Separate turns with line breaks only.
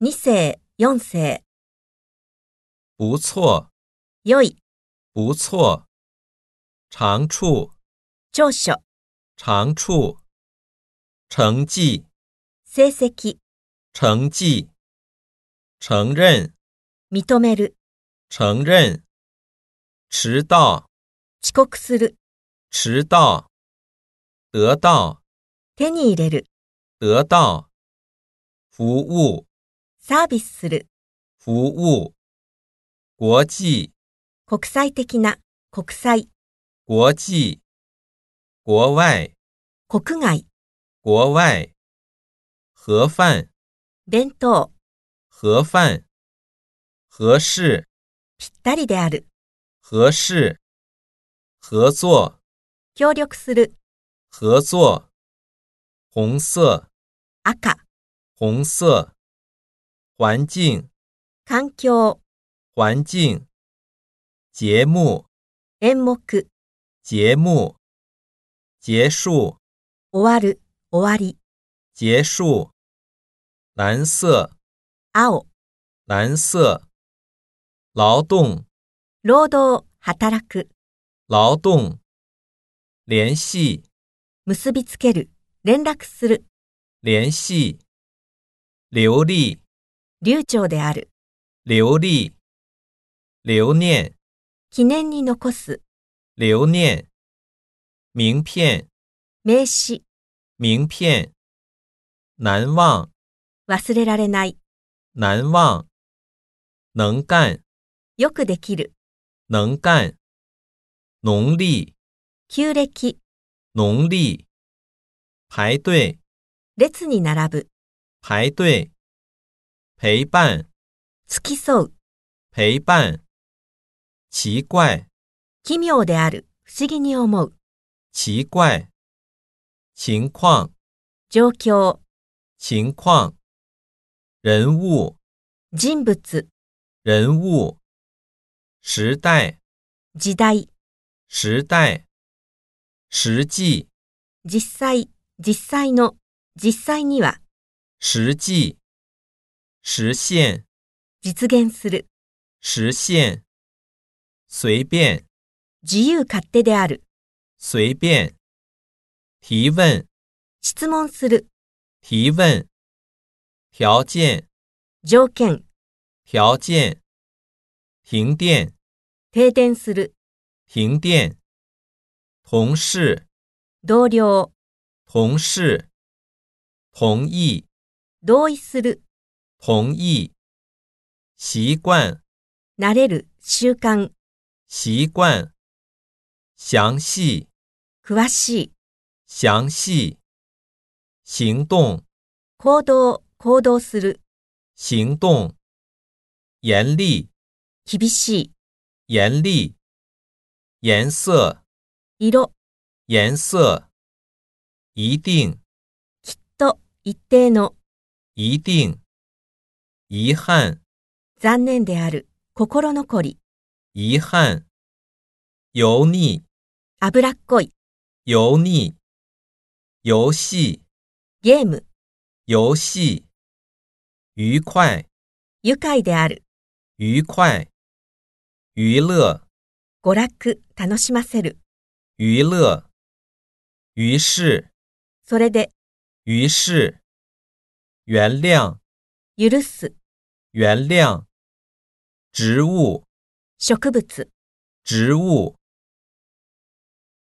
二世、四世、
不错，
良い、
不错。长处，
長所、
长处。成绩，
成績、
成绩。承认，
認める、
承认。迟到，
遅刻する、
迟到。得到，
手に入れる、
得到。服务，
サービスする、
服务。国际，
国際的な、国際、
国际。国外，
国外、
国外。盒饭，
弁当、
盒饭。合适，
ぴったりである、
合适。合作，
協力する、
合作。红色，
赤、
红色。环境，
環境、
环境。节目，
演目、
节目。结束，
終わる、終わり、
结束。蓝色，
青、
蓝色。劳动，
労働、働く、
劳动。联系，
結びつける、連絡する、
联系。流利，
流暢である、
流利。留念，
記念に残す、
留念。名片，
名詞、
名片。难忘，
忘れられない、
难忘。能干，
よくできる、
能干。农历，
旧暦、
农历。排队，
列に並ぶ、
排队。陪伴，
付き添う、
陪伴。奇怪，
奇妙である、不思議に思う、
奇怪。情况，
状況、
情况。人物，
人物、
人物。时代，
時代、
时代。实际，
実際、実際の、実際には、
实际。实现，
実現する、
实现。随便，
自由勝手である、
随便。提问，
質問する、
提问。条件，
条件、
条件。停电，
停電する、
停电。同事，
同僚、
同事。同意，
同意する、
同意。习惯，
慣れる、習慣、
习惯。详细，
詳しい、
详细。行动，
行動、行動する、
行动。严厉，
厳し
严厉。颜色，
い、色、
颜色。一定，
と、一定の、
一定。遗憾，
残念である、心残り、
遗憾。油腻，
脂っこい、
油腻。游戏，
ゲーム、
游戏。愉快，
愉快である、
愉快。娱乐，
娯楽、楽しませる、
娱乐。于是，
それで、
于是。原谅，
許す、
原谅。植物，
植物、
植物。